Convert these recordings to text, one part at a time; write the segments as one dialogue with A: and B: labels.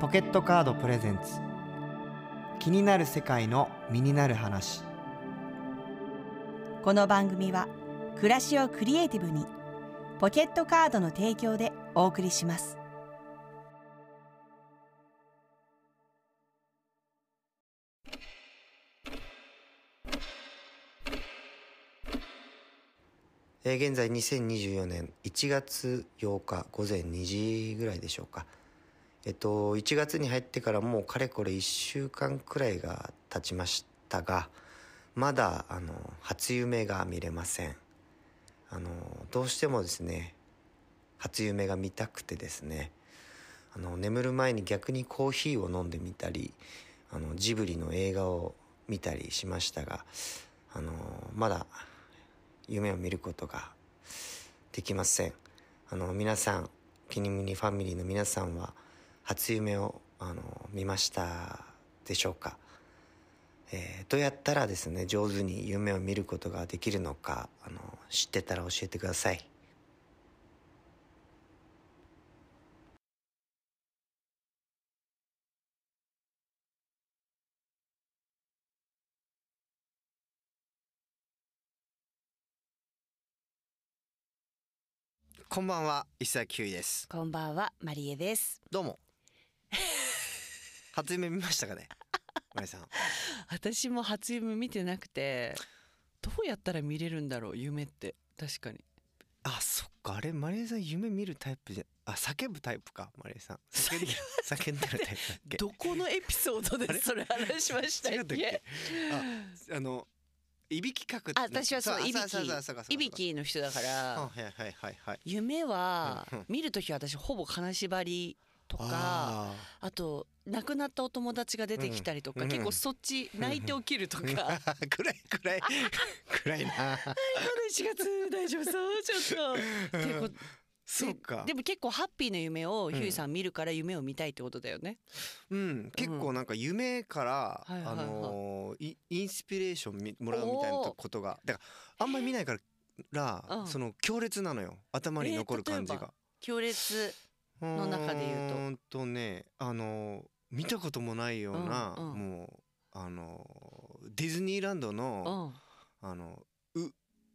A: ポケットカードプレゼンツ気になる世界の身になる話
B: この番組は暮らしをクリエイティブにポケットカードの提供でお送りします
A: えー現在2024年1月8日午前2時ぐらいでしょうかえっと1月に入ってからもうかれこれ1週間くらいが経ちましたがまだあの初夢が見れませんあのどうしてもですね初夢が見たくてですねあの眠る前に逆にコーヒーを飲んでみたりあのジブリの映画を見たりしましたがあのまだ夢を見ることができませんあの皆さんピニムニファミリーの皆さんは初夢をあの見ましたでしょうか、えーどうやったらですね上手に夢を見ることができるのかあの知ってたら教えてくださいこんばんは石崎ひゅういです
B: こんばんはマリエです
A: どうも初夢見ましたかね まりさん
C: 私も初夢見てなくてどうやったら見れるんだろう夢って確かに
A: あそっかあれマリエさん夢見るタイプじゃあ叫ぶタイプかマリエさん叫ん でる叫んでるタイプだっけ
C: どこのエピソード
A: あ
C: で
A: れ
C: それ話しました
A: 違
C: っ
A: ったっ
C: け
A: けああのいびきかく
C: あ私はそういびきいび
A: い
C: きの人だか
A: は
C: ら
A: いはいはいはい
C: 夢は
A: うんうん
C: 見るとき私ほぼ金縛りとか
A: あ
C: あと亡くなったお友達が出てきたりとか、
A: うん
C: 結構そっち泣いて起きるとか、
A: ー
C: この
A: 暗い暗 い暗いな
C: 1月大丈夫そうちょっとってこ
A: そうか
C: でも結構ハッピーな夢を
A: ん
C: ひゅーいさん見るから夢を見たいってことだよね、
A: うん結構なんか夢から
C: はいはいはい
A: あのーいインスピレーションみもらうみたいなと
C: おー
A: ことがだからあんまり見ないから
C: うん
A: その強烈なのよ頭に
C: えー
A: 残る感じ
C: 例え
A: が
C: ば。強烈
A: の
C: 中で言うと
A: んとねあの見たこともないような、
C: うんうん
A: もうあのディズニーランド
C: う
A: の、
C: ん
A: あのう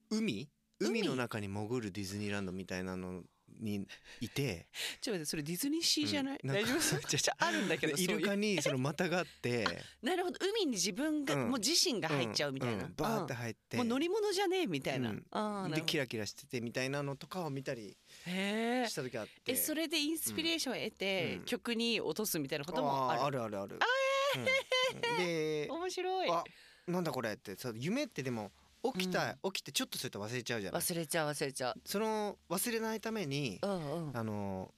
A: 海海の中に潜るディズニーランドみたいなのにいて
C: ちょっと待ってそれディズニーシーじゃない、
A: うんなん
C: 大
A: か
C: 丈夫 そうちょちょあるん だけど
A: でイ
C: そう
A: ル
C: いう
A: カにそのまたが って
C: なるほど海に自分が、
A: うん
C: もう自身が入っちゃうみたいな、
A: んんバーって入って、
C: うんもう乗り物じゃねえみたいな、
A: うん
C: ああな
A: で
C: るほ
A: キ
C: ど
A: ラキラしててみたいなのとかを見たり
C: へえ
A: した時あって
C: えそれでインスピレーションを得て、
A: うん
C: 曲に落とすみたいなこともある
A: ーあるあるあるうん で
C: 面白い
A: あなんだこれってさ夢ってでも起きた、起きてちょっとすると忘れちゃうじゃない
C: 忘れちゃう忘れちゃ
A: その忘れないために
C: う、うんうん
A: あの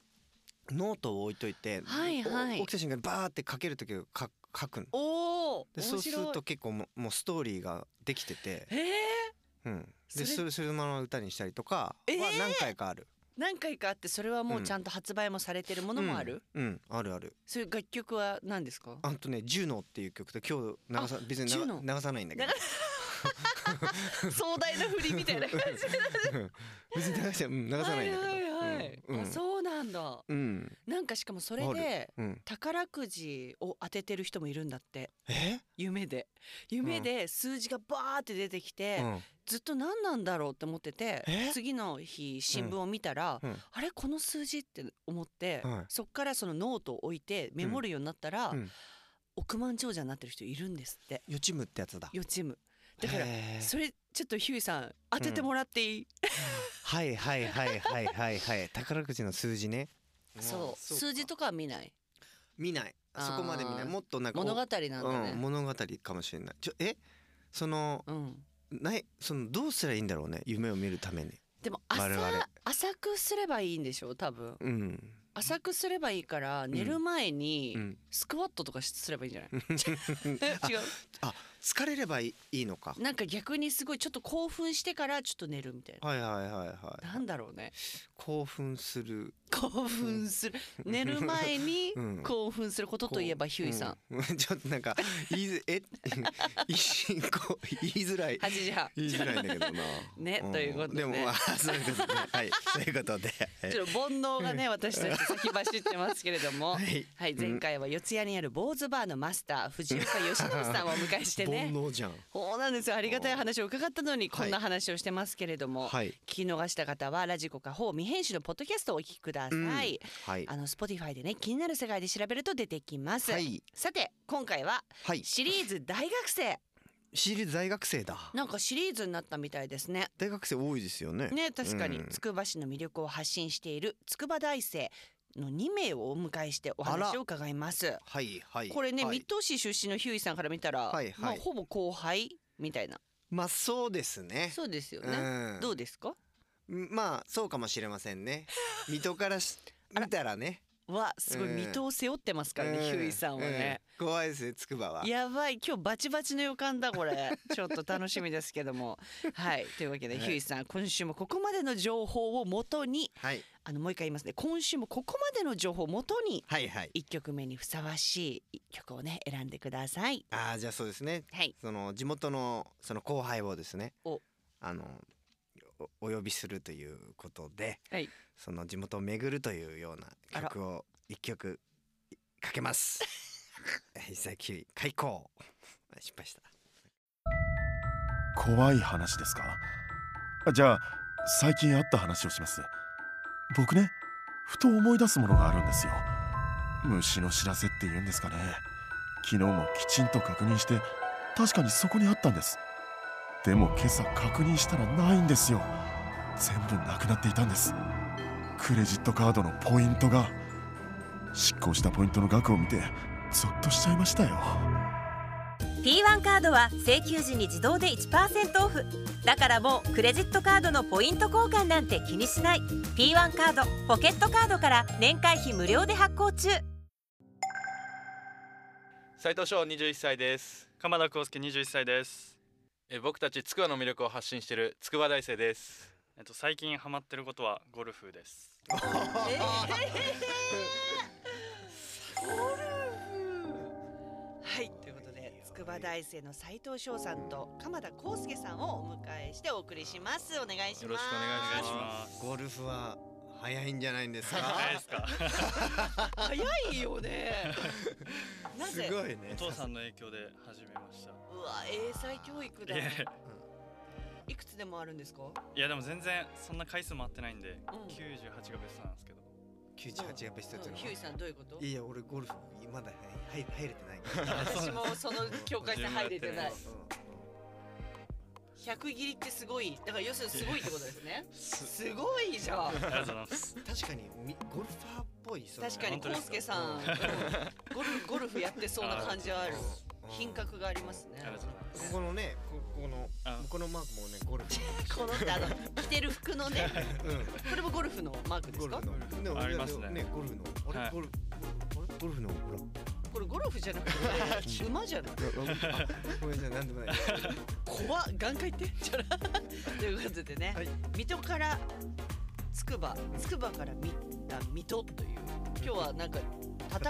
A: ノートを置いといて、
C: はいはい
A: お起きた瞬間にバーって書ける時を書書くの
C: おお
A: で
C: 面
A: そ
C: 白
A: う
C: い
A: すると結構もうもうストーリーができてて、
C: へえ
A: うん、で
C: そ
A: それそれのまま歌にしたりとか
C: えー
A: は何回かある、
C: 何回かあってそれはもうちゃんと発売もされてるものもある、
A: うん、うんあるある
C: そういう楽曲は 何ですか
A: あんとね「ジュノ」っていう曲と今日流さ別に
C: ジュノ
A: 流流さないんだけど
C: 壮大な振りみたいな 感じ
A: 別に流して、うん、流さないんだけど
C: はいはいはい、
A: うんうん
C: あそうなんだ
A: うん
C: なんかしかもそれで
A: うん、
C: 宝くじを当ててる人もいるんだって
A: え、
C: 夢で夢で数字がバーって出てきて、
A: うん
C: ずっと何なんだろうって思ってて
A: え
C: 次の日新聞を見たら、
A: うん
C: あれこの数字って思って、
A: はい
C: そっからそのノートを置いてメモるようになったら、
A: うん、
C: 億万長者になってる人いるんですって
A: 予知夢ってやつだ
C: 予知夢だから
A: へー
C: それちょっとヒューイさん当ててもらっていい、
A: はいはいはいはいはいはい宝くじの数字ね
C: そう数字とかは見ない
A: 見ない
C: あー
A: そこまで見ないもっとなんか
C: 物語なんだね、
A: うん、物語かもしれないちょえその
C: うん
A: ないそのどうすりゃいいんだろうね夢を見るために
C: でも浅
A: 我々
C: 浅くすればいいんでしょ多分
A: うん
C: 浅くすればいいから寝る前に
A: うん
C: スクワットとかすればいいんじゃない、
A: あ
C: 違
A: 疲れればいいいのか
C: うなんか逆にすごいちょっと興奮してからちょっと寝るみたいな、
A: はいはいはいはい
C: なんだろうね
A: 興奮する
C: 興奮する寝る前に
A: うん
C: 興奮することといえばヒュイさん、
A: うん、 ちょっとなんか言いづえ 言いこう言いづ らい
C: 8時半
A: 言いづらいんだけどな
C: ねということで
A: でもまあそういうことで はいということではい
C: ちょっと煩悩がね私たち先走ってますけれども
A: はい
C: はい前回は四谷にある坊主バーのマスター藤岡義信さんをお迎えしてね
A: 煩悩じゃん
C: そうなんですよありがたい話を伺ったのにこんな話をしてますけれども、
A: はい
C: 聞き逃した方はラジコかほう未編集のポッドキャストをお聞きください、
A: はい
C: あの Spotify でね気になる世界で調べると出てきます、
A: はい
C: さて今回は
A: はい
C: シリーズ大学生
A: 私立大学生だ
C: なんかシリーズになったみたいですね
A: 大学生多いですよね
C: ね確かに、
A: うん
C: つくば市の魅力を発信している筑波大生の2名をお迎えしてお
A: あ
C: 話
A: ら
C: を伺います
A: はいはい
C: これね、
A: はい
C: 水戸市出身のヒューイさんから見たら、
A: はいはい
C: まあ、ほぼ後輩みたいな
A: まあそうですね
C: そうですよね、
A: ん
C: どうですか
A: まあそうかもしれません ね水戸からし見たらね
C: はすごい
A: うん
C: 水戸を背負ってますからね、
A: うん
C: ヒューイさんはね、
A: うん怖いですねつくばは
C: やばい今日バチバチの予感だこれちょっと楽しみですけど もはいというわけで、
A: はい
C: ヒューイさん今週もここまでの情報をもとに
A: はい
C: あのもう一回言いますね今週もここまでの情報をもとに
A: はいはい
C: 一曲目にふさわしい一曲をね選んでください
A: ああじゃあそうですね
C: はい
A: その地元のその後輩をですね
C: お
A: あのおお呼びするということで
C: はい
A: その地元を巡るというような曲を一曲かけます 一切キリ開口失敗した
D: 怖い話ですかあじゃあ最近あった話をします僕ねふと思い出すものがあるんですよ虫の知らせって言うんですかね昨日もきちんと確認して確かにそこにあったんですでも今朝確認したらないんですよ全部なくなっていたんですクレジットカードのポイントが失効したポイントの額を見てゾッとしちゃいましたよ
E: P1 カードは請求時に自動で1%オフだからもうクレジットカードのポイント交換なんて気にしない P1 カードポケットカードから年会費無料で発行中
F: 斉藤翔21歳です
G: 鎌田康介21歳です、
F: え僕たち筑波の魅力を発信している筑波大生です
G: えっと、最近ハマってることはゴルフです
C: はいということで筑波大生の斉藤翔さんと鎌田康介さんをお迎えしてお送りしますお願いします
F: よろしくお願いしま
A: ゴルフは早いんじゃないん ですか
G: 早いですか
C: 早いよ ねな
A: す
C: ぜ
A: ごいね
G: お父さんの影響で始めまし
C: うわ英才教育
G: た
C: だ
G: いや
C: いくつでもあるんですか
G: いやでも全然そんな回数回ってないんで、
C: ん
G: 98がベストなんですけど
A: 98やっぱ人って
C: ヒューイさんどういうこと
A: いや俺ゴルフまだ入入れてないから
C: 私もその境界線入れてない100切りってすごいだから要するにすごいってことですねすごいじゃん
G: ありがとうございます
A: 確かにみゴルファーっぽいその
C: 確かに
G: 本当で
C: 康
G: すか
C: 介さん、うんゴルフゴルフやってそうな感じはある
A: うん
C: 品格がありますね
G: ありがとうございま
A: こ
G: す
A: このねここの
G: あ
A: ここのマークもねゴルフ
C: このってあの着てる服のね
A: う
C: これもゴルフのマークで
A: んゴ
C: す
A: ル
C: か
A: フのでも
G: ありますね
A: ねゴルフのあれ、
G: はい
A: ゴルフあれゴルフのほら
C: これゴルフじゃなくて 馬じゃない
A: あごめんなさいなんでもない
C: 怖っ眼界ってじゃらということでね、
A: はい
C: 水戸からつくばつくばからみあ水戸という今日はなんか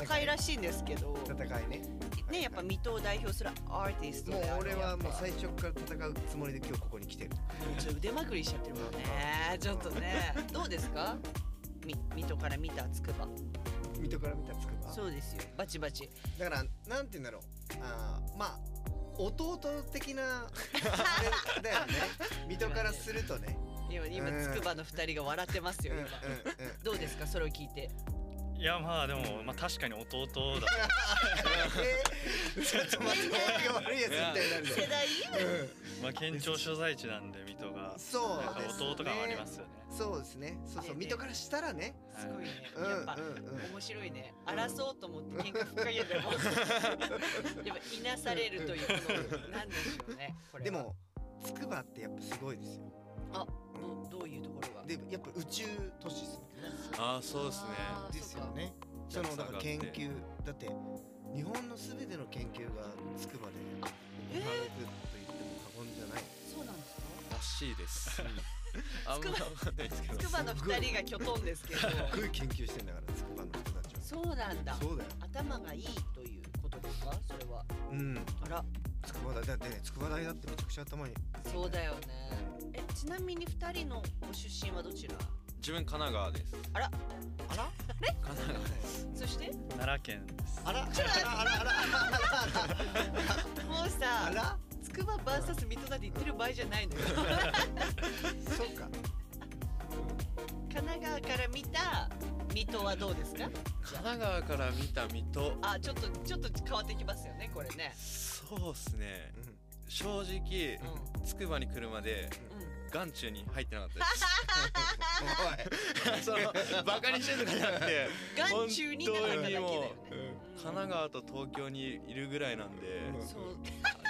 C: 戦いらしいんですけど
A: 戦いね
C: ねやっぱ水戸を代表するアーティスト
A: もう
C: である
A: 俺はもう
C: やっぱ
A: 最初から戦うつもりで今日ここに来てる
C: ちょっと腕まくりしちゃってるもんねちょっとねどうですかみ水戸から見たつくば
A: 水戸から見たつくば
C: そうですよバチバチ
A: だからなんて言うんだろうあーまあ弟的 なあれだよね水戸からするとね
C: 今今
A: うん
C: つくばの二人が笑ってますよ
A: うんうん
C: 今
A: うん
C: どうですかそれを聞いて
G: いやまあでも、まあ、確かに弟だ
A: えーちょ っと間違いが悪いやつみたいになる
C: 世代
A: ねうん
G: まあ県庁所在地なんで水戸が
A: そう
G: なんか
A: ですね
G: 弟感はありますよね
A: そうですね。そうそう、
C: ね
A: 水戸からしたらね。
G: はい
C: すごいね
A: うん、うん、
C: やっぱ面白いね争おうと思って喧嘩ふっ かけてもやっぱいなされるというこのなんでしょうね
A: う
C: こ
A: ん。
C: れ
A: で
C: は
A: も、つくばってやっぱすごいですよ。
C: どどういうところが
A: で、やっぱ宇宙都市ですもんね。
F: あーそうですね
C: あー
A: ですよね。そ
F: そ
A: う
F: か
A: の、だから研究、だって、日本のすべての研究がつくばで行われてると言っても過言じゃない。
C: そうかそうなんですから
F: しいですあんま分かんないですけど
C: 筑波の二人がきょとんですけど
A: すごい研究してんだからつくばの人たちは
C: そうなんだ
A: そうだよ
C: 頭がいいということですかそれは
A: うん
C: あら
A: 筑波大だってね筑波大だってめちゃくちゃ頭いい
C: そうだよねえちなみに二人のご出身はどちら
F: 自分神奈川です
A: あら
F: 神奈川
C: そして
G: 奈良県です
A: あらあらあらあら
C: もう
A: あらあ
C: さ
A: ら
C: 筑波 VS 水戸なんて言ってる場合じゃな いのよ
A: そうか
C: 神奈川から見た水戸はどうですか
F: 神奈川から見た水戸
C: あちょっとちょっと変わってきますよねこれね
F: そうっすね
A: うん
F: 正直
C: うん
F: つくばに来るまで
C: うん
F: 眼中に入ってなかったです そのバカにしてるとかじゃなくて
C: 眼中になかっただけだよね
A: おいうん
C: うん
F: 神奈川と東京にいるぐらいなんで
C: そう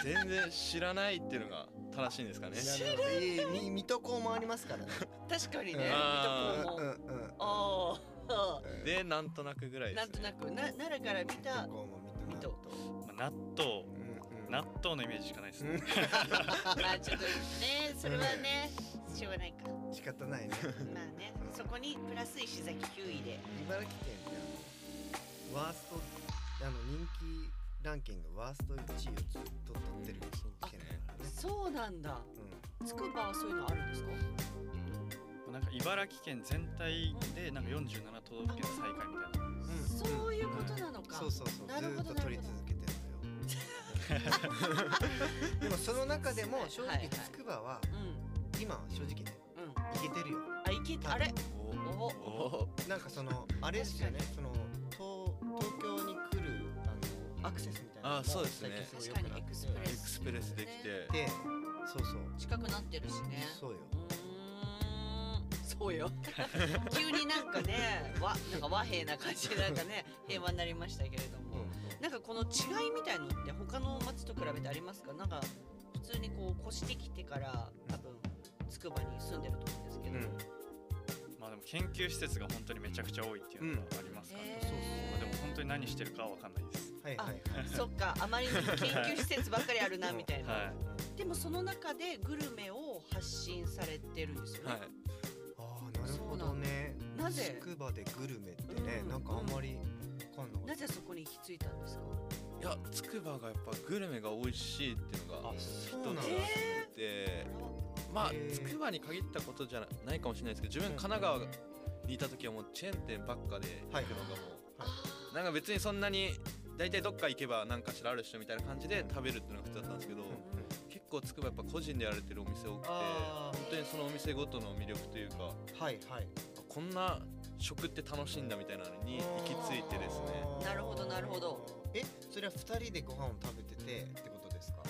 F: 全然知らないっていうのが正しいんですかね
A: いやでもいいみ水戸港もありますからね
C: 確かにね
F: あー
C: 見と
A: う
C: こう
A: うん
C: んも
A: うん
C: ああ
F: でなんとなくぐらいで
C: な
F: す
C: んと
F: ね
C: なくな奈良から見
A: 水戸港
C: た
A: も
C: 水
A: 水
C: 戸
A: 戸
G: まあ、納豆
A: うんうん
G: 納豆のイメージしかないですね、
C: まあちょっとねそれはねしょうがないかま
A: 仕方ないね
C: あねそこにプラス石崎9位で
A: 茨城県ってあのワーストあの人気ランキングワースト1位をずっと取ってる県だからね
C: そうなんだ
A: うん
C: つくばはそういうのあるんですか
G: なんか茨城県全体でなんか47都道府県最下位みたいな
C: そういうことなのか
A: そうそうそう
C: なる
A: ず
C: ほ
A: っ
C: ど
A: と
C: なる
A: 取
C: ほ
A: り
C: ど
A: 続けてるのよでもその中でも正
C: はいは
A: 直
C: い
A: つくばは
C: うん
A: 今は正直ね
C: うん
A: いけてるよ
C: あいけたあれお
F: おお
A: なんかそのあれですよねその東東京に来るあのアクセスみたいなのも
F: あそうですね
A: 最近す
C: 確
A: ご
C: か
A: い良く
C: に
A: な
C: エ
A: っ
C: クスプレ
F: エクス
C: ス
F: プレスできて
A: てそうそう
C: 近くなってるしね
A: そうよ
C: うーんそうよ 急になんかねわなんか和平な感じでなんかね平和になりましたけれど
A: うん
C: も、なんかこの違いみたいのって他の町と比べてありますかなんか普通にこう越してきてから多分つくばに住んでると思うんですけど、
A: うん
G: まあでも研究施設が本当にめちゃくちゃ多いっていうのがありますからね、
C: うん
G: まあでも本当に何してるかは分かんないです
A: はいはいはい
C: そっかあまりに研究施設ばっかりあるなみたいな、
G: はい
C: でもその中でグルメを発信されてるんですよね、
F: はい
A: ああなるほどね
C: なぜ
A: つくばでグルメってね、
C: うん
A: なんかあんまりわかんなかった
C: なぜそこに行き着いたんですか
F: いやつくばがやっぱグルメが美味しいっていうのが
A: あそう
F: 一
A: なん
F: つ
A: だ
F: あってまあ
A: へー
F: つくばに限ったことじゃなないかもしれないですけど自分神奈川にいた時はもうチェーン店ばっかで行
A: はい
F: くのがも
A: は
F: うなんか別にそんなに大体どっか行けば何かしらある人みたいな感じで食べるっていうのが普通だったんですけど結構つくばやっぱ個人でやられてるお店多くて本
A: あ
F: 当にそのお店ごとの魅力というか
A: あはいはい
F: こんな食って楽しいんだみたいなのに行き着いてですね
A: あー
C: なるほどなるほど
A: えそれは二人でご飯を食べててってことですか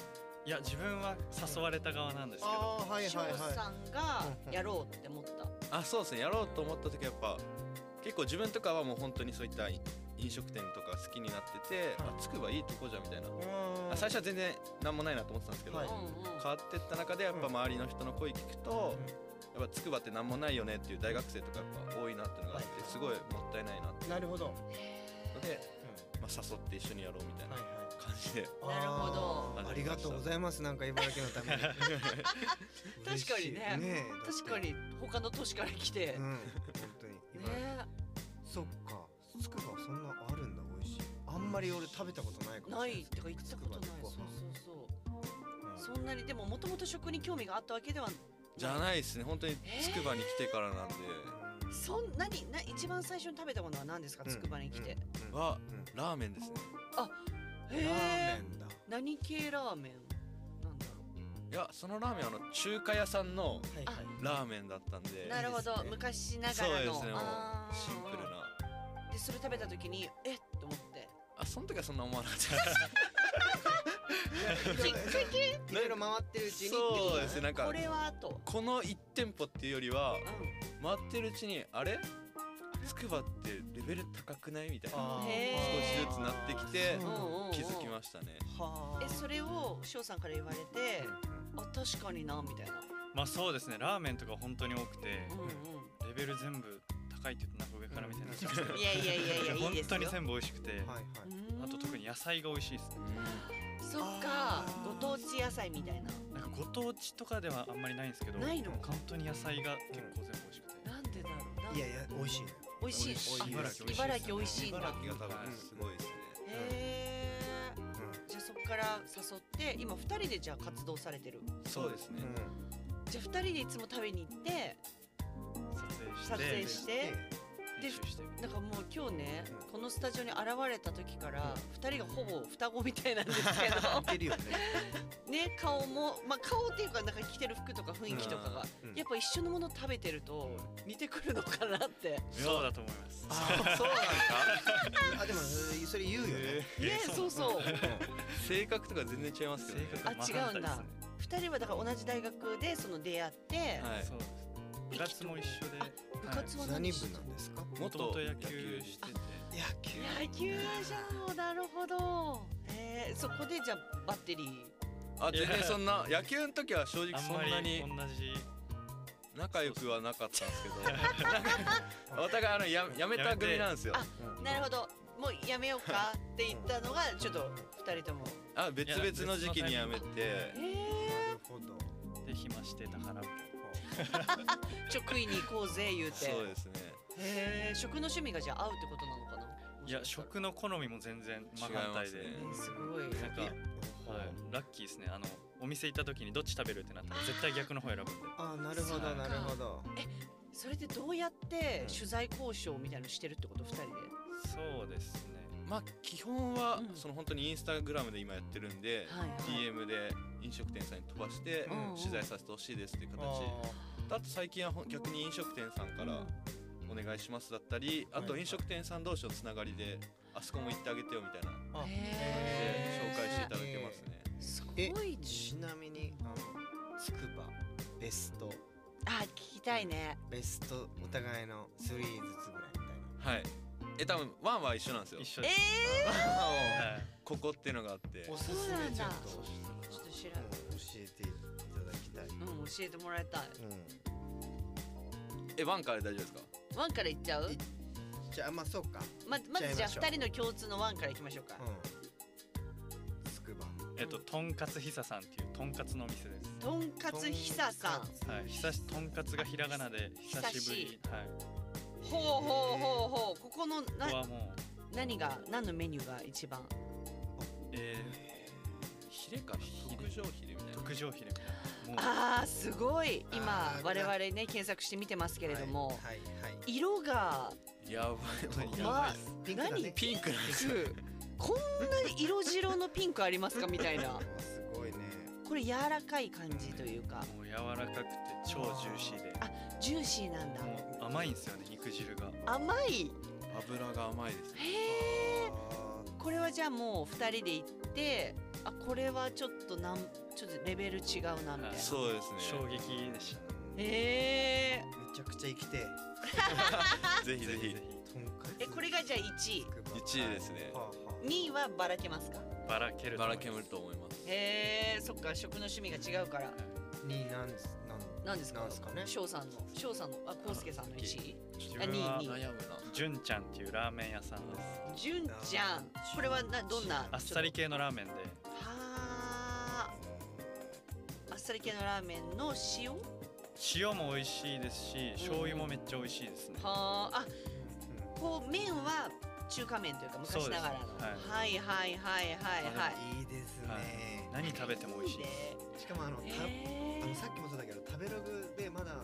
G: いや自分は誘われた側なんですけど
A: あーはい
C: 翔
A: はいは
C: さんがやろうって思った
F: あそうですねやろうと思った時はやっぱ結構自分とかはもう本当にそういった飲食店とか好きになってて、あつくばいいとこじゃみたいな、
A: いうーん
F: あ最初は全然何もないなと思ってたんですけど、
A: はい
C: うんうん
F: 変わってった中でやっぱ周りの人の声聞くと、やっぱつくばって何もないよねっていう大学生とかやっぱ多いなっていうのがあって、
A: はい
F: すごいもったいないなって
A: なるほど、
F: ので、
A: う
F: まあ、誘って一緒にやろうみたい
A: ん
F: な
A: はい
F: 感
A: はい
F: じで、
C: なるほど
A: あーありがとうございますなんか茨城のために
C: 確かにね
A: 嬉しいえだって
C: 確かに他の都市から来て、
A: うん本当に
C: ね
A: 茨城そっかつくばそんなあるんだ美味しいあんまり俺食べたことないかも
C: な
A: しれない
C: いってか言ったことない
A: つくばでご
C: そ
A: 飯うん
C: うそうそうそんなにでももともと食に興味があったわけでは
F: じゃないですね本当につくばに来てからなんで、
C: そんなにな一番最初に食べたものは何ですかつくばに来て、
A: うんうん
F: は
A: うん
F: ラーメンですね
A: ラーメ
C: へえ
A: ンだ
C: 何系ラーメンなんだろ
F: いやそのラーメンはあの中華屋さんの
A: はいはい
F: ラーメンだったんで
C: うなるほど
A: いいですね
C: 昔な
F: そ
C: が
F: う
C: ら
F: で
C: の
F: すねもう
C: あー
F: シンプルな
C: でそれ食べた時にえっと思って
F: あその時はそんな思わなかった
C: きっかけ
A: いろいろ回ってるうちにってこと
F: そうですねなんか
C: これはと、
F: この1店舗っていうより
C: う
F: は回ってるうちにあれつくばってレベル高くないみたいな
A: あー
C: へー
F: 少しずつなってきて
A: そ
C: ん、
A: う
C: うんうんうん
F: 気づきましたね
A: はあ
C: えそれを翔さんから言われてあ確かになみたいな
G: まあそうですねラーメンとか本当に多くて
C: うんうん
G: レベル全部高いって言うとなんか上からみたいになっちゃうんですけど
C: いやいやいやいやいい
G: 本
C: です
G: 当に
C: よ
G: 全部美味しくて
A: はいはい
C: うん
G: あと特に野菜が美味しいですね
C: えそっかご当地野菜みたいな
G: なんかご当地とかではあんまりないんですけど
C: ないの
G: でも本当に野菜が結構全部美味しくて、
C: なんでだろうなん
H: いやいや美味しいのよ
C: 美味しい
G: 美味しい
C: あ
G: 茨城
C: 茨城美味しいん
F: 茨
C: だ
F: 城が多分すごいですね。
C: へえじゃあそこから誘って今2人でじゃあ活動されてる
F: そうです
H: う。
F: ね
H: んうん
C: じゃあ2人でいつも食べに行って
G: 撮
C: 撮
G: 影
C: 影
G: し
C: してて
G: 編集して
C: なんかもう今日ね
H: うん
C: このスタジオに現れた時から2人がほぼ双子みたいなんですけ
H: 似てるよね
C: どね顔もまあ顔っていうかなんか着てる服とか雰囲気とかが
H: うんうん
C: やっぱ一緒のもの食べてると似てくるのかなって
G: そうだと思います
H: あそうなんだあでもそれ言うよね
C: ねそうそう
F: 性格とか全然違いますけどね。
G: 性格が真反対ですね
C: 2人はだから同じ大学でその出会って
F: はい
G: そうですね部活も一緒で
C: あ部活は
H: 何
C: 何
H: 部
C: して
H: なんですか
G: もともと野球してて
H: 野球
C: 野球じゃんなるほどえー、そこでじゃあバッテリー
F: あ全然そんな野球の時は正直
G: あん
F: そ
G: ま
F: んな
G: り
F: に
G: 同じ
F: 仲良くはなかったんですけど お互いあのややめた組なんですよ
C: あなるほどもうやめようかって言ったのがちょっと2人とも
F: あ別々の時期にやめて
C: え
H: なるほど
G: で暇してたからみたい
C: ー、ちょ食いに行こうぜ言うて
F: そうですね
C: えー、食の趣味がじゃあ合うってことなのかな
G: ないや
C: もしか
G: 食の好みも全然真反対で、
F: 違いますね
C: したらえー、すごい
G: なんか、はい、ラッキーですねあのお店行った時にどっち食べるってなったら絶対逆の方選ぶんで
H: あなるほ
C: そう
H: ど
C: か
H: なるほど
C: それでどうやって取材交渉みたいのしてるってこと2人で
G: そうですね
F: まあ基本は
C: うん
F: その本当にインスタグラムで今やってるんで
C: はいはい
F: DM で飲食店さんに飛ばして
C: うんうん
F: 取材させてほしいですっていう形
H: あ
F: あと最近はほん逆に飲食店さんからお願いしますだったりあと飲食店さん同士のつながりであそこも行ってあげてよみたいな
H: ーあ
F: で
C: へ
F: 紹介していただけますね
C: すご
H: え
C: いね
H: ちなみにあのつくばベスト
C: あ聞きたいね
H: ベストお互いの3ずつぐらいみたいな
F: はいえ多分ワンは一緒なんですよ
G: 一緒
C: え
G: です、
C: え
G: はい
F: ここっていうのがあって
H: おすすめちょっと
C: そうー、ちょっと知ら
H: うんん教えていただきたい。
C: うん、教えてもらいたい。
H: う
F: えワンから大丈夫ですか
C: ワンからいっちゃう
H: いん。じゃあまあそうか。
C: ままずじゃあ
H: 行っちゃいましょう
C: 二人の共通のワンからいきましょうか。
H: うん。つくば。
G: えっととんかつひささんっていうとんかつのお店です
C: とんかつひささん。
G: はい、久しとんかつがひらがなで久しぶりはい
C: ほうほうほうほう。ここの
G: ここ
C: な
G: はもう
C: 何が何のメニューが一番。
G: え
F: ヒレかな特上ヒレみたい
G: ー、
F: な
G: 特上ひれみたいなもう
C: ああすごい。今
H: あー
C: 我々ね検索して見てますけれども。
H: はいはい。
C: 色が
F: やばい
G: やばいっす
H: ピンクだね
C: 何
F: ピンクなんですよ
C: クこんなに色白のピンクありますかみたいな
H: あすごいね。
C: これ柔らかい感じというか
G: もう柔らかくて超ジューシーで
C: ジューシーなんだ
G: もう甘いんですよね肉汁が
C: 甘い
F: 油が甘いですね
C: へえこれはじゃあもう二人で行ってあこれはちょっとなんちょっとレベル違うなみたいな
G: はい
F: そうです
G: 衝
F: ね
G: 撃でした
H: え。
C: えー、
H: めちゃくちゃ生きてえ。
F: ぜひぜひ
H: とんかつ。
C: えこれがじゃあ1位
H: つくば
F: 1位ですね
H: はあはあ
C: 2位はばらけますか
G: ばらけると
F: ば
G: 思いま
F: ら
G: す
F: けると思います
C: へえそっか食の趣味が違うから
H: 二位なんですなん
C: 何ですか
H: なんすかね
C: 翔さんの翔さんのあこうすけさんの1位
G: 自
C: あ
G: 分は
C: 二位
F: 悩むな
G: じゅんちゃんっていうラーメン屋さんです
C: じゅんちゃんこれはなどんな
G: あっさり
C: ち
G: 系のラーメンで
C: ょっとはーあっさり系のラーメンの塩は
G: 塩も美味しいですし醤油もめっちゃ美味しいですね
C: ああこう麺は中華麺というか昔ながらの、
G: そうです
C: はい、はいはいはいは
H: い
C: い
H: いですね。
G: 何食べても美味しい
C: ね
H: しかもあのた
C: へー
H: あのさっきもそうだけど食べログでまだ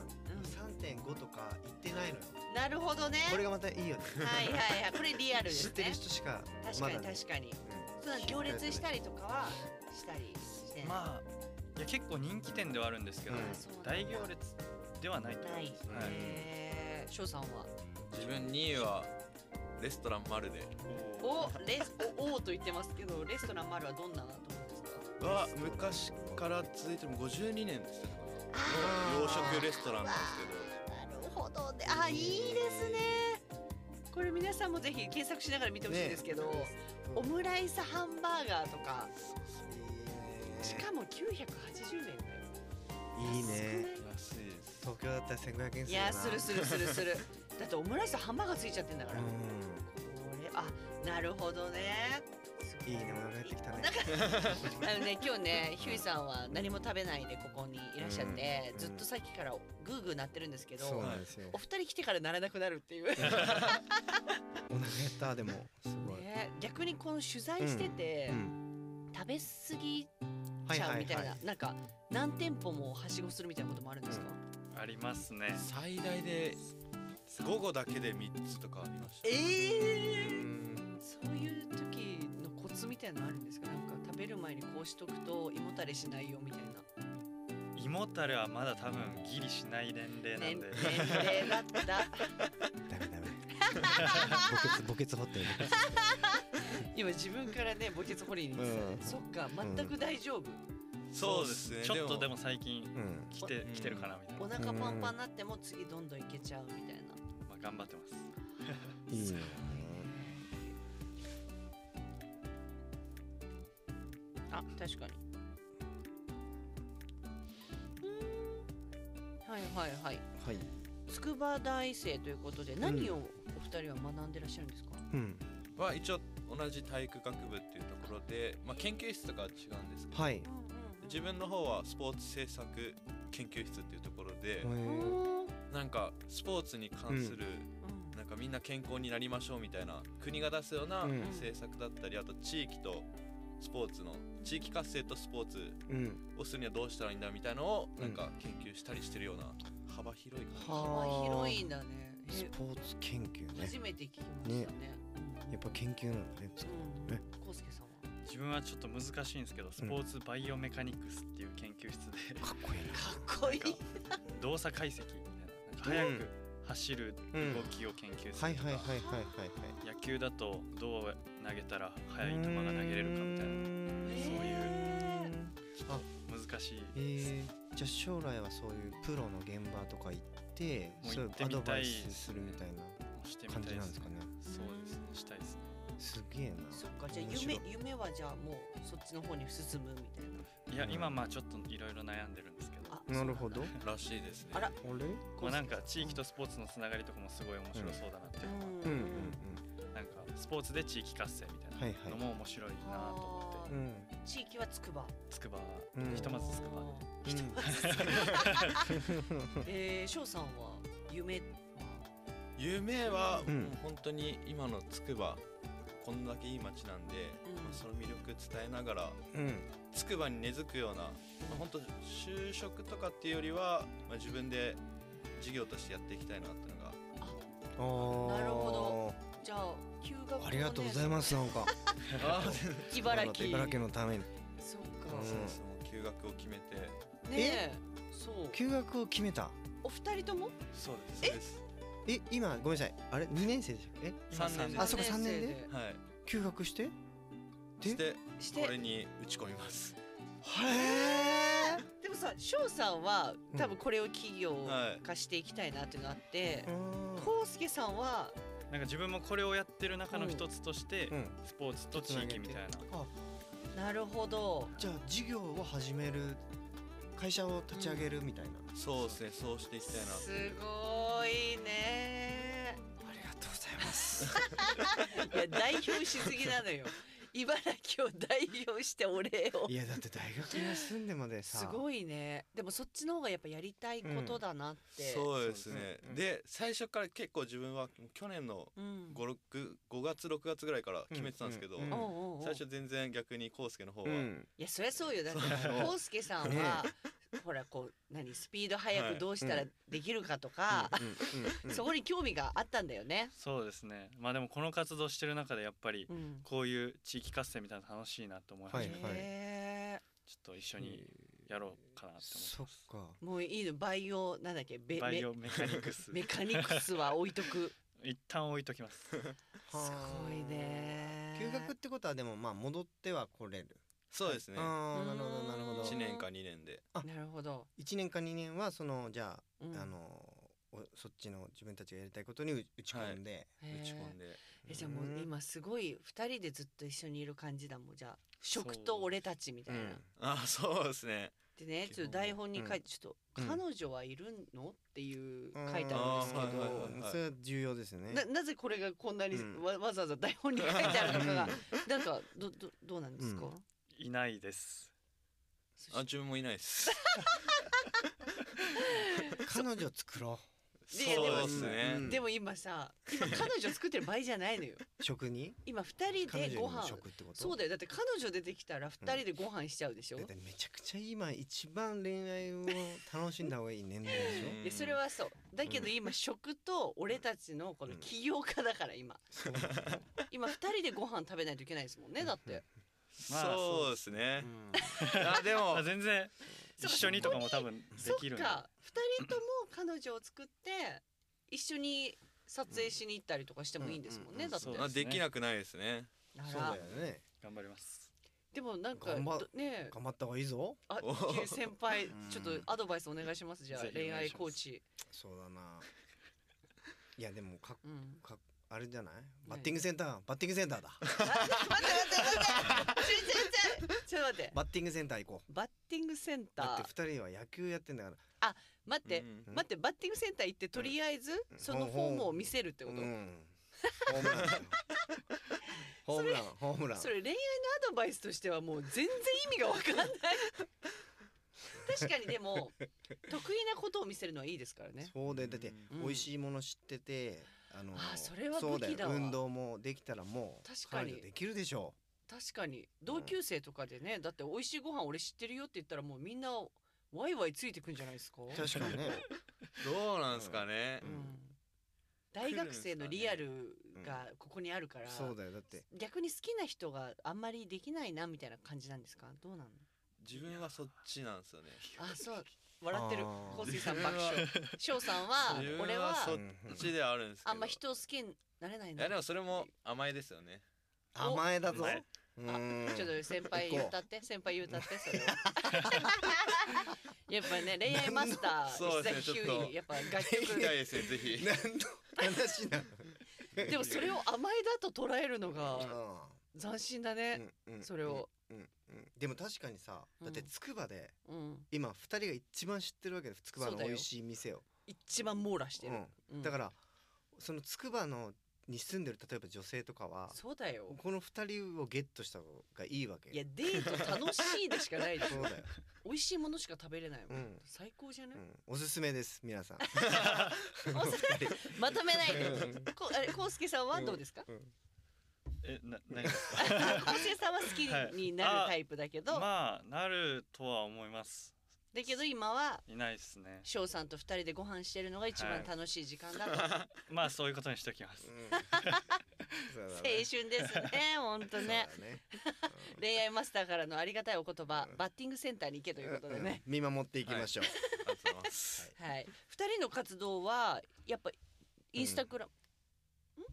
H: 3.5とか行ってないのよ。
C: うんなるほどね
H: これがまたいいよね。
C: はいはいはいこれリアルで
H: 知っ
C: す
H: てる
C: ね
H: 人しか
C: 確
H: ま
C: か
H: だ
C: に
H: ね
C: 確かに
H: うん
C: そんな行列したりとかはしたりしてない
G: まあいや結構人気店ではあるんですけど、
H: うん
G: 大行列ではないと思
C: ないい
G: ます、はい
C: えー翔さんは
F: 自分2位はレストランマルで
C: おレスおおーと言ってますけどレストラン丸はどんなと思うんですか
F: は昔から続いてる52年ですね
C: あー
F: 洋食レストランなんです
C: なるほどねあいいですねこれ皆さんもぜひ検索しながら見てほしいんですけど、
H: ね
C: オムライスハンバーガーとかし
H: し
C: かも980円だよ
H: いいね
C: 少ない
F: けど安いです
H: 東京だったら1500円するない
C: やするするする するだってオムライスハンバーガーついちゃってんだか
H: う
C: ら、
H: ん
C: これあなるほどね
A: いいね、お腹減ってきたね。
C: あ のね今日ねヒューイさんは何も食べないでここにいらっしゃって、
A: うん
C: ずっとさっきからグーグー鳴ってるんですけど、
A: そうなんですよ。
C: お二人来てから鳴らなくなるっていう、
A: お腹減った、でも、すごい。
C: ね、逆にこの取材してて、
A: うん。
C: 食べ過ぎ
A: は
C: ち
A: い
C: ゃ
A: は
C: う
A: い
C: みたいな、
A: はい。
C: なんか何店舗もはしごするみたいなこともあるんですか、
G: ありますね
F: 最大で午後だけで三つとかありました。
C: ええ
A: うん
C: そういう時のコツみたいなのあるんですかなんか食べる前にこうしとくと胃もたれしないよみたいな
G: 胃もたれはまだ多分ギリしない年齢な
C: 年
G: んで
C: 年齢だった
A: ダメダメ。墓穴、墓穴掘ってる。
C: 今自分からね墓穴掘りに行ってたね、
A: うん
C: そっか全く大丈夫、
F: そうですね。
G: ちょっとでも最近
A: うん。
G: 来て来てるかなみたいな、
C: お腹パンパンになっても次どんどんいけちゃうみたいな、
G: まあ、頑張ってま
A: い
G: す
A: いね。
C: あ確かにうーんはいはいはい
A: はい。
C: 筑波大生ということで何をお二人は学んでらっしゃるんですか、
A: うん。
F: は一応同じ体育学部っていうところで、まあ研究室とかは違うんですけど、
A: はい。
F: 自分の方はスポーツ政策研究室っていうところで、
A: へー
F: なんかスポーツに関する、
C: うん
F: なんかみんな健康になりましょうみたいな国が出すような
A: うん
F: 政策だったり、あと地域とスポーツの地域活性とスポーツ
A: うん。
F: をするにはどうしたらいいんだみたいのを
A: うん
F: なんか研究したりしてるような幅広い感じです
A: は
C: 幅広いんだねえ
A: スポーツ研究ね
C: 初。めて聞きましたね
A: やっぱ研究なんだね。
C: うん
A: ね
C: コウスケさんは
G: 自分はちょっと難しいんですけどスポーツバイオメカニクスっていう研究室で
A: かっこいいな。
C: かっこいい
G: なんか動作解析みたいななんか速く走る
A: うん
G: 動きを研究す
A: は
G: る
A: い
G: と
A: はいはい
G: か
A: はいはいはい。
G: 野球だとどう投げたら速い球が投げれるかみたいなそういう
C: え
G: 難しい
A: えー、じゃあ将来はそういうプロの現場とか行って
G: もう
A: そういう
G: 行って
A: ア
G: み
A: ドバ
G: たい
A: イスするみたいな
G: してみ
A: 感
G: た
A: じ
G: いで
A: なんですす
G: ね
A: かね
G: そうですねしたいです
A: すげえな
C: そっかじゃあ
A: 面白い
C: 夢夢はじゃあもうそっちの方に進むみたいな
G: ねいや
A: うん
G: 今まあちょっといろいろ悩んでるんですけど
C: あ
A: なるほど
F: らしいですね
C: あら
A: あれ
G: まあなんか地域とスポーツのつながりとかもすごい面白そうだなっていううのは
A: うん
C: ん
A: うん
G: なんかスポーツで地域活性みたいなのも面白いなと思っ
C: はい
A: うんう
G: て
A: ん
C: 地域はつくば
G: つくば
A: うん
G: ひとまずつくばで
C: えー、翔さんは夢は
F: 夢は
A: うん
F: もう本当に今のつくばこんだけいい街なんで、
C: うん
F: まあその魅力伝えながら
A: うんうん
F: つくばに根付くような、まあ、本当就職とかっていうよりは、まあ、自分で事業としてやっていきたいなっていう のが
A: あー
C: なるほじゃあ休学をね
A: ありがとうございますなん か
C: 茨城
A: 茨城のために
C: そっ
F: そ
C: か
F: うそうそう休学を決めて
C: ねえそう
A: 休学を決めた
C: お二人とも
F: そうですそうです
A: え今ごめんなさいあれ二年生でしたっけえ
G: 今
F: 3年で
A: あ
F: す
A: そっか三年で
C: 三生
F: はい
A: 休学してへで
F: して
C: して
F: これに打ち込みます
A: え
C: でもさ翔さんは
A: うん
C: 多分これを企業
F: はい
C: 化していきたいなっていうのがあって
A: うん
C: 浩介さんは
G: なんか自分もこれをやってる中の一つとして
A: うん
G: スポーツと地域みたいな
A: あ
C: なるほど
A: じゃあ事業を始める会社を立ち上げるみたいな、
F: そうですねそうしていきたいな
C: すごいね
A: ありがとうございます
C: いや代表しすぎなのよ茨城を代表してお礼を
A: いやだって大学に住んでまでさ
C: すごいねでもそっちの方がやっぱやりたいことだなって、うん、
F: そうですね
A: うん
F: で最初から結構自分は去年の
C: おう
F: 5 5月6月ぐらいから決めてたんですけど、
A: うんうん
C: おうおう
F: 最初全然逆に康介の方は、
A: うん
C: いやそりゃそうよだって
F: そう
C: 浩介さん
A: ね
C: は、ほらこう何スピード速
F: は
C: く
F: い
C: どうしたらできるかとか、
A: うんうんうん
C: そこに興味があったんだよね。
G: そうですねまあでもこの活動してる中でやっぱり
C: うん
G: こういう地域活性みたいなの楽しいなと思いま
A: は
G: し
A: い
G: た
A: はい
C: へ
G: ちょっと一緒にやろうかなって
A: そっか
C: ーもういいのバイオなんだっけ
G: 思
C: ベ
G: いバイ
C: メ
G: オメカニ クス
C: メカニクスは置い とく。
G: 一旦置いときます
C: すごいね。
A: 休学ってことはでもまあ戻っては来れる、
F: そうですね
A: ああなるほどなるほど
F: 1年か2年で
C: なるほど。
A: 1年か2年はそのじゃあ、
C: うん
A: あのおそっちの自分たちがやりたいことに打打ち込んで、
C: へー
F: 打ち込んで
C: えじゃあもう今すごい二人でずっと一緒にいる感じだもんじゃあ
G: そう
C: 食と俺たちみたいな。
A: うん
F: あそうですね
C: でねちょっと台本に書いてちょっと
A: うん
C: 「彼女はいるの?」っていう
A: うん
C: 書いてあるんです
F: あーはいはいはい
C: け
F: はい
A: それは重要ですよね
C: どななぜこれがこんなに
A: うん
C: わわざわざ台本に書いてあるのかがなんかどどどうなんですか
A: う
G: いないです。
C: そ
F: あ
C: し
F: 自分もいないです
A: 彼女を作ろ
C: いやでも
F: そうですね、
A: うん
C: でも今さ今彼女作ってる場合じゃない のよ
A: う食に
C: 今2人
A: 彼
C: で
A: 女
C: ご
A: にも
C: 飯
A: 食ってこと
C: そうだよだって彼女出てきたら2人でご飯しちゃうでしょ、
A: だってめちゃくちゃ今一番恋愛を楽しんだ方がいい年代でしょ
C: いやそれはそうだけど今食と俺たちのこの
A: うん
C: 起業家だから今、
A: そうだね
C: 今2人でご飯食べないといけないですもんねだって
G: まあ
F: そうですね
A: う、ん
F: あでも
G: あ全然
C: そう
G: 一緒にとかも多分で
C: そっ
G: きるんで
C: か2人とも彼女を作って一緒に撮影しに行ったりとかしてもいいんですもんね、
A: うん
C: だって、
G: うんうん
F: あできなくないですね
C: あら
A: そうだよね
G: 頑張ります。
C: でもなんか
A: 頑張
C: どねえ
A: 頑張った方がいいぞ
C: あ
F: お
C: 一級先輩
A: うん
C: ちょっとアドバイスお願いしますじゃあ
G: ぜひお願
C: 恋愛
G: いします
C: コーチ、
A: そうだないやでもか
C: うん、
A: かあれじゃないバッティングセンターバッティングセンターだ
C: 待って待って待って待ってちょいちょいちょいちょっと待って
A: バッティングセンター行こう
C: バッティングセンタ
A: だ
C: ー
A: って二人は野球やってんだから
C: 待って
F: うん
A: うん
C: 待ってバッティングセンター行ってとりあえずそのフォームを見せるってこ
A: う
C: と
A: ん、ホームランだよホームランホームラン
C: それ恋愛のアドバイスとしてはもう全然意味がわかんない確かにでも得意なことを見せるのはいいですからね
A: そうだよだって
C: うん
A: 美味しいもの知ってて、あの
C: あそれは
A: そう
C: 武
A: だ
C: 器
A: よ
C: だわ
A: 運動もできたらもう
C: 確かに
A: 彼女できるでしょ
C: 確かに同級生とかでねだって美味しいご飯俺知ってるよって言ったらもうみんなワイワイついてくんじゃないですか
A: う確か にね
F: どうなんですかね、
C: うん大学生のリアルがここにあるから、
A: そうだよだって
C: 逆に好きな人があんまりできないなみたいな感じなんですかどうなの
F: 自分はそっちなんですよね
C: あそう 笑ってる
A: あー
C: 香水さん爆 笑翔さんは
F: 自分は
C: 俺は
F: そっ
A: うん
F: ちではあるんですけど
C: あんま人を好きになれない
F: い
C: の
F: やでもそれも甘えですよね
A: 甘えだぞ
G: 甘え
A: う
C: あ
A: ん
C: ちょっと先輩
A: 行こう
C: 歌って先輩歌って それはやっぱね恋愛マスタ
F: そ
C: ー
F: うで
C: 石
F: すね
C: 崎ひゅ
F: ちょっ
C: ー
F: と
C: にやっぱ楽
F: 行きたい
C: 曲
F: ですねぜひ
A: 何の話なの
C: でもそれを甘えだと捉えるのが
A: う
C: 斬新だね、
A: んうん
C: それを
A: うんうんでも確かにさ
C: うん
A: だってつくばで
C: うん、
A: 今二人が一番知ってるわけでつくばの美味しい店を
C: 一番網羅してる、
A: うんだかららそのつくばのに住んでる例えば女性とかは
C: そうだよ
A: この二人をゲットした方がいいわけ
C: いやデート楽しいでしかないでし
A: そ
C: ょ
A: う だよ
C: 美味しいものしか食べれないもん、
A: うん
C: 最高じゃない、
A: うんおすすめです皆さん
C: おさまとめないで
A: うん
C: こあれ康介さんはどうですか
G: えな何ですか。
C: 康介さんは好きになるタイプだけど、
G: まあなるとは思います。
C: だけど今はい
G: ないですね。
C: 翔さんと二人でご飯してるのが一番楽しい時間だと、
G: まあそういうことにしときます。
A: そ うだ
C: 青春
A: ね
C: ですね本当ね
A: そうだね
C: 恋愛マスターからのありがたいお言葉、バッティングセンターに行けということでね、
A: うん見守っていきましょう
F: ありがとうございます
C: はい二人の活動はやっぱインスタグラム、ん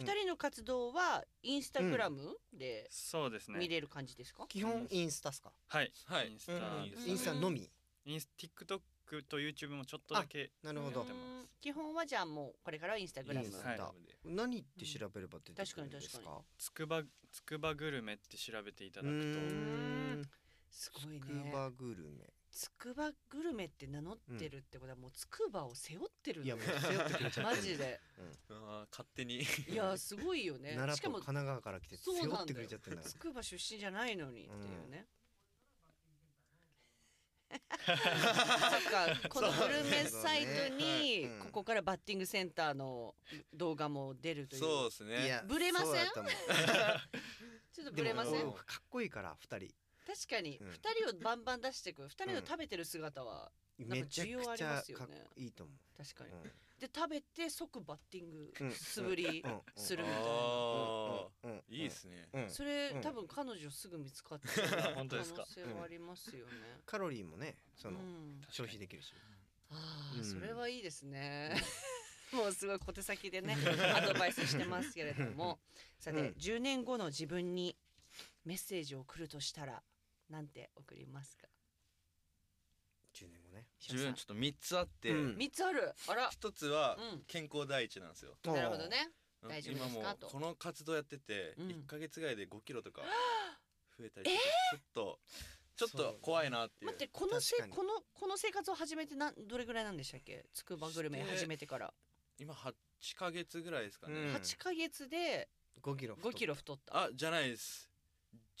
A: うん
C: 二人の活動はインスタグラムで
G: そうですね
C: 見。れる感じですか、
A: 基本インスタっすか
G: はい。
F: はい
G: インス
A: う
G: タ、
A: ん
F: うん
A: インスタのみ
G: インス TikTok と YouTube もちょっとだけ
A: なるほど
G: やってます。
C: 基本はじゃあもうこれからはインスタグラム
A: インス
G: はい
A: タ何って調べれば出てくるんです
C: 確か
A: か
G: つくばつくばグルメって調べていた
A: う
G: だく
A: ーんつ
C: すごいね
A: くばグルメ
C: つくばグルメって名乗ってるってことはもうつくばを背負ってる
A: いや
C: の
A: もう背負ってくれちゃっ
C: マ
A: てる
C: ジで
F: あー勝手に
C: いやすごいよね
A: 奈
C: し
A: 良と
C: か
A: 神
C: も
A: 奈川から来て背
C: そうなんだよ
A: 負ってくれちゃってるんだか
C: つくば出身じゃないのにっていうね、 そっかこのグルメサイト
A: そうだ
C: に
A: ねうん
C: ここからバッティングセンターの動画も出るという
F: そうです
A: らい
F: ね
A: や
C: ぶれません
A: そうだったもん
C: ちょっと ブレません
A: で
C: 確
A: もかっこいいから二人
C: かに
A: うん
C: 2人をバンバン出していく2人の食べてる姿はなん
A: め
C: か
A: ち
C: 需
A: ゃ
C: 要あ
A: く
C: り
A: ち
C: ま
A: ゃ
C: すよ
A: かっ
C: ね
A: こいいと思
C: 確か
A: う
C: に、
A: うん
C: で食べて即バッティング
A: うん
C: 素振り
A: うん
C: するみたいな、
A: う
F: あ
A: んうん
F: ーいいですね
A: うん
C: それ、
A: うん
C: 多分彼女すぐ見つかって る
G: 本当ですか
C: 可能性はありますよね、
A: カロリーもねその
C: うん
A: 消費できるし
C: ああ、
A: うん
C: それはいいですね。 もうすごい小手先でね アドバイスしてますけれどもさて、
A: うん
C: 10年後の自分にメッセージを送るとしたらなんて送りますか
A: 10年後ね
F: 自分ちょっと3つあって
A: うん
C: 3つあるあら
F: 1つは
C: うん
F: 健康第一なんですよ
C: なるほどね
F: うん
C: 大丈夫ですか
F: 今もう
C: と
F: この活動やってて
C: うん
F: 1ヶ月ぐらいで5キロとか増えたりとかちょっとちょっと怖いなっていう
C: 待ってこのせ
A: 確かに
C: このこの生活を始めてなんどれぐらいなんでしたっけつくばグルメ始めてから
F: 今8ヶ月ぐらいですかね、
I: うん
C: 8ヶ月で
A: 5キロ
C: 5キロ太った
F: あじゃないです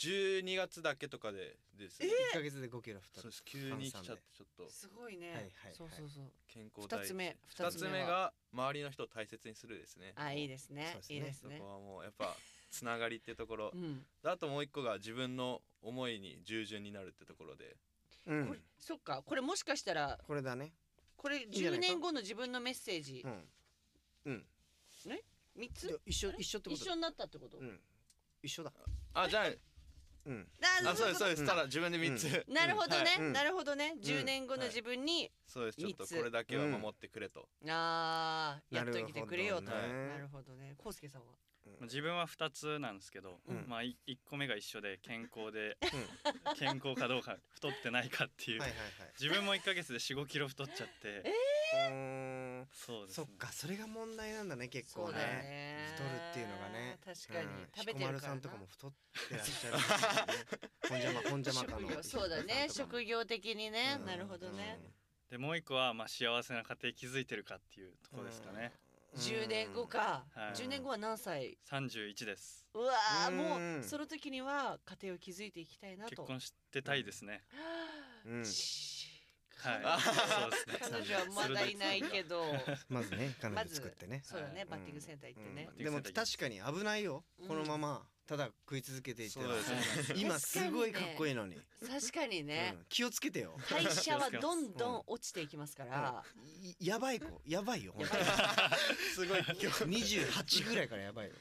F: 12月だけとかでです、
C: え
A: 1ヶ月で5キロ太
F: そ
A: る
F: うです急に来ちゃってちょっと
C: すごいね、
A: はいはいはい
C: そうそうそう
F: 健康第一
C: 二つ目
F: 二つ
C: 二つ目
F: 目
C: は
F: が周りの人を大切にするですね
C: あいいですね
A: そうですね
C: いいです
F: そ
C: ね
F: こはもうやっぱつながりってところ
C: うん
F: であともう一個が自分の思いに従順になるってところで
I: う
C: これ
I: ん
C: そっかこれもしかしたら
I: これだね
C: これ
I: んじゃな
C: 10
I: いか
C: 年後の自分のメッセージ
I: うんうん
C: 3
I: で
C: つ
I: 一緒
C: あれ
I: 一緒ってこと
C: 一緒になったってこと、
I: うん一緒だ
F: あじゃ
I: うん
F: ああそうですそうです、
I: うん
F: ただ自分で3つ、
I: う
C: なるほどね、
F: はい
I: うん
C: なるほどね、10年後の
F: はい
C: 自分に、
F: そうですちょっ
C: 三
F: と
C: つ
F: これだけは守ってくれと、
C: あーや
I: な
C: っ
I: るほ
C: と
I: ど
C: 生きてくれよと
I: ね
C: なるほどね康介さんは
I: うん
G: 自分は2つなんですけど、
I: うん
G: まあ1個目が一緒で健康で 健康かどうか太ってないかっていう、
A: はいはい
G: 自分も1ヶ月で4 5キロ太っちゃって
A: はい、うーん
G: そうです
A: そ
G: ね
A: っかそれが問題なんだね結構
C: そう
A: ね
C: だよね
A: 太るっていうのがね
C: 確かに、
A: うん
C: 食べ
A: 彦
C: てるからな
A: 丸さんとかも太ってらっしゃる んですよね本邪魔本邪魔かの
C: 職業そうだね職業的にね、
A: うん
C: なるほどね、
G: でもう1個はまあ幸せな家庭築いてるかっていうところですかね、
C: 10年後か、
G: はい
C: 10年後は何歳
G: 31です
C: うわー
I: うん
C: もうその時には家庭を築いていきたいな
G: 結
C: と
G: 婚してたいですね、
I: うんうん
C: し
G: はいそうですね
C: 彼女はまだいないけど
A: まずね彼
C: ま
A: 女
C: ず
A: 作ってね
C: そうだね
G: はい
C: バッティングセンター行ってね
A: うん、でも確かに危ないよ、
C: うん
A: このままただ食い続けていたら
F: そうです
A: 今すごいかっこいいのに
C: 確かにね、
A: うん気をつけてよ
C: 代謝はどんどん落ちていきますから、
A: いやばい子やばいよ本当
F: すごい
A: に28ぐらいからやばいよ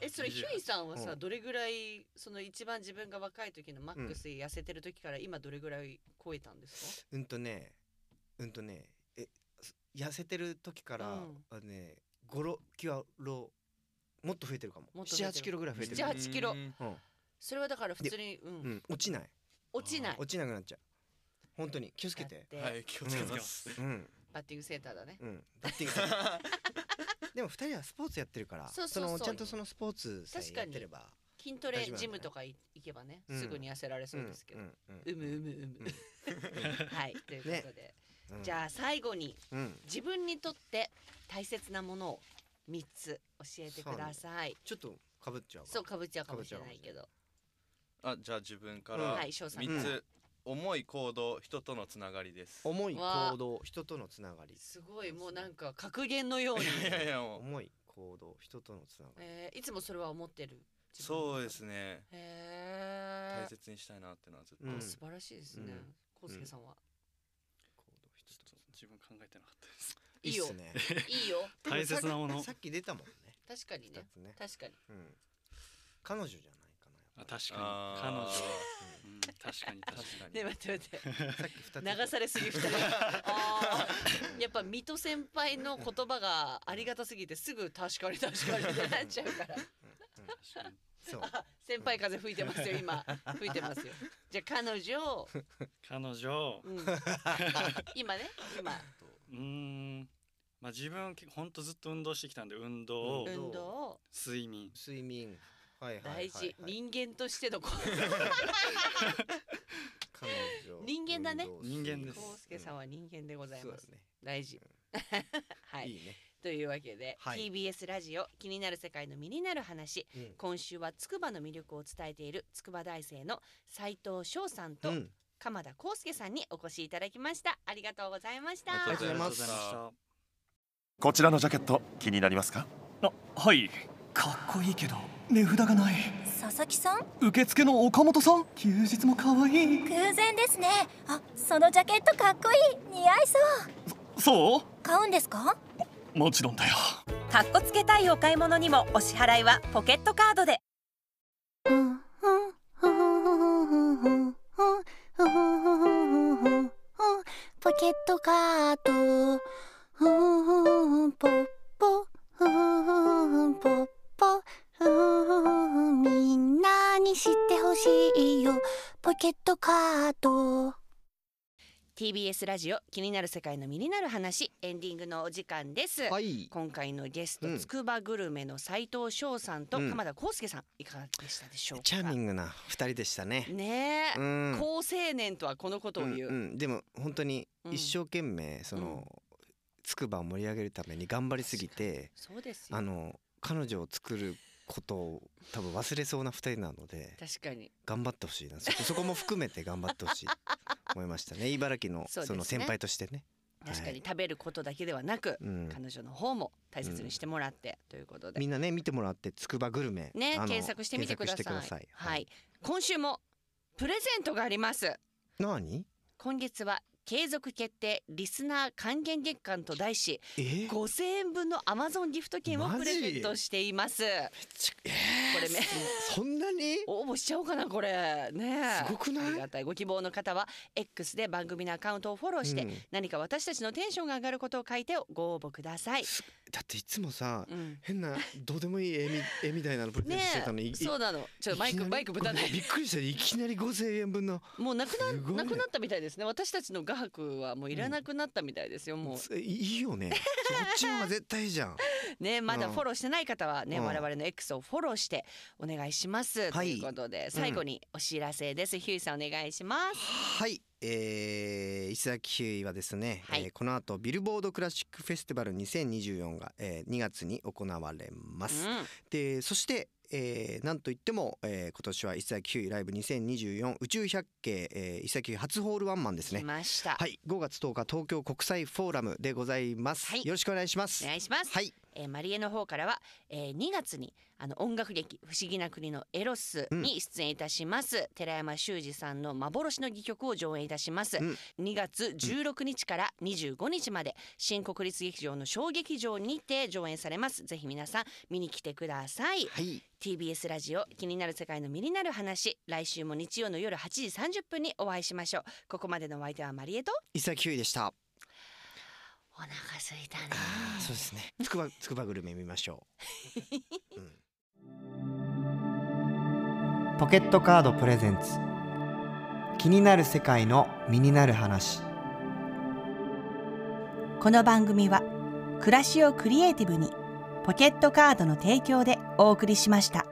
C: えそれヒュイさんはさ、
A: うん
C: どれぐらいその一番自分が若い時のマックス痩せてる時から今どれぐらい超えたんですか、
A: うんとねうんとねえす痩せてる時から、
C: うん
A: あのね56キロもっと増えてるかも
C: もっと増えてる
A: 78キロぐらい増えてる
C: じゃあ8キロ
F: うん
A: うん
C: それはだから普通に、うん
A: うん、落ちない
C: 落ちない
A: 落ちなくなっちゃう本当に気をつけて
C: だって
F: はい気をつけます、
A: うん
C: バッティングセンターだね
A: うんバッティング でも二人はスポーツやってるから
C: そうそうそう
A: のちゃんとそのスポーツさ
C: 確
A: え
C: か
A: や
C: に
A: ってれば
C: 筋ト
A: 大
C: レ
A: 丈夫なんだね
C: ジムとかい行けばね、
A: うん
C: すぐに痩せられそうですけど、うん
A: うん
C: むうむうむ、はいということで、
A: うん
C: じゃあ最後に
A: うん
C: 自分にとって大切なものを3つ教えてください
A: ちょっとかぶっちゃうわ
C: そうかぶっちゃうかもしれないけど
F: あじゃあ自分か
A: うん
F: ら
C: はい
F: 3
C: 翔
F: つ、
C: さんから
F: 重い行動人とのつながりです
A: 重い
C: わあ
A: 行動人とのつながり
C: すごいもうなんか格言のように、
F: いやいやもう
A: 重い行動人とのつながり
C: えーいつもそれは思ってる
F: そうです
C: ね
F: ね
C: へ
F: 大切にしたいなってのはずっと、
A: う
C: え
A: ん
C: 素晴らしいですね
A: うん
C: 康介さんは、
A: 行動
G: ち
A: 人
G: ょっ
A: と
G: と自分考えてなかったです
C: いい
A: っ
C: よ
A: すね
C: いいよ
G: 大切なもの
A: さっき出たもんね
C: 確か に
A: 二
C: ね
A: つね
C: 確かに
A: うん彼女じゃないかな
G: あ
A: やっ
G: 確
A: ぱり
G: かに彼女
F: あー
G: は、うん、確かに確か
F: 確かに
C: ね待って待って
A: さっき二つ
C: 流されすぎ二人 あーやっぱ水戸先輩の言葉がありがたすぎてすぐ確かに確かにってなっちゃうから
A: うん
G: に確かに
A: そう
C: あ先輩風吹いてますよ今吹いてますよじゃあ彼女を、
G: 彼女
C: うん、今ね今
G: うーんまあ自分結構ほんとずっと運動してきたんで運動、
A: うん
C: 運動を
G: 睡眠
A: 睡眠はいはいはいはい
C: 大事人間としてのこ
A: 彼女
C: 人間だね
A: 運動
G: 人間
C: う
G: です
C: 康介さんは人間でございます
A: そうだね
C: 大事 はい
A: いいね
C: というわけで、
A: はい
C: TBS ラジオ気になる世界の身になる話
A: うん
C: 今週は筑波の魅力を伝えている筑波大生の斉藤翔さんと
A: うん
C: 鎌田康介さんにお越しいただきましたありがとうございました
F: ありがとうございました
G: ありがとうございました
D: こちらのジャケット気になりますか
J: はいかっこいいけど値札がない
E: 佐々木さん
J: 受付の岡本さん休日も可愛い
E: 偶然ですねあそのジャケットかっこいい似合いそう
J: そ
E: 買うんですか
J: うもちろんだよ
K: かっこつけたいお買い物にもお支払いはポケットカードで
E: ポケットカードポッポポッポみんなに知ってほしいよポケットカード
C: TBS ラジオ気になる世界の身になる話エンディングのお時間です、
L: はい
C: 今回のゲスト、
A: うん
C: つくばグルメの斉藤翔さんと
A: うん
C: 鎌田康介さん、いかがでしたでしょうか
A: チャーミングな二人でしたね
C: ねえ、
A: うん
C: 高青年とはこのことを言う、
A: んんでも本当に
C: うん
A: 一生懸命そのつくばを盛り上げるために頑張りすぎて
C: そうですよ
A: あの彼女を作ることを多分忘れそうな二人なので
C: 確かに
A: 頑張ってほしいなそこそこも含めて頑張ってほしい思いま したね茨城の
C: そうです
A: そ
C: ね
A: の先輩としてね
C: 確か
A: は
C: に
A: い
C: 食べることだけではなく、
A: うん
C: 彼女の方も大切にしてもらって、ということで
A: みんなね見てもらってつくばグルメ
C: ね
A: あの
C: 検索してみてください
A: 検索してください
C: はい、今週もプレゼントがあります
A: 何
C: 今月は継続決定リスナー還元月間と題し
A: え
C: 5000円分の Amazon ギフト券を
A: マジ
C: プレゼントしていますこれめ
A: そんなに
C: 応募しちゃおうかなこれねえ
A: すごくない
C: ありがたいご希望の方は X で番組のアカウントをフォローして、
A: うん
C: 何か私たちのテンションが上がることを書いてご応募ください
A: だっていつもさ、
C: うん
A: 変などうでもいい絵み絵みたいなのプレゼン
C: ね
A: トしてたのに、
C: え
A: い
C: そうなのちょっとマイ
A: いきな
C: ク
A: り
C: マイクぶたない
A: ごめんびっくりしたいきなり5000円分の
C: もうなく
A: すごい
C: な
A: ね
C: なくなったみたいですね私たちの画伯はもういらなくなったみたいですよ、もう
A: えいいよねそっちの方が絶対いいじゃん
C: ね、まだ
A: うん
C: フォローしてない方はね、
A: うん
C: 我々の X をフォローしてお願いします、
A: はい
C: ということで最後にお知らせです、ヒューイさんお願いします
A: はい、えー、石崎ひゅーいはですね、えーこの後ビルボードクラシックフェスティバル2024が、えー2月に行われます、
C: うん
A: でそして、えーなんといっても、えー今年は石崎ひゅーいライブ2024宇宙百景、えー、石崎ひゅーい初ホールワンマンですね
C: 来ました
A: はい5月10日東京国際フォーラムでございます、よろしくお願いします
C: お願いします、えーマリエの方からは、えー2月にあの音楽劇「不思議な国のエロス」に出演いたします、寺山修司さんの幻の戯曲を上演いたします、2月16日から25日まで新国立劇場の小劇場にて上演されますぜひ皆さん見に来てください、TBS ラジオ気になる世界の身になる話来週も日曜の夜8時30分にお会いしましょうここまでのお相手はマリエと
A: 石崎ひゅーいでした
C: お腹すいたね
A: あーそうですねつくばつくばグルメ見ましょうポケットカードプレゼンツ気になる世界の身になる話
B: この番組は暮らしをクリエイティブにポケットカードの提供でお送りしました。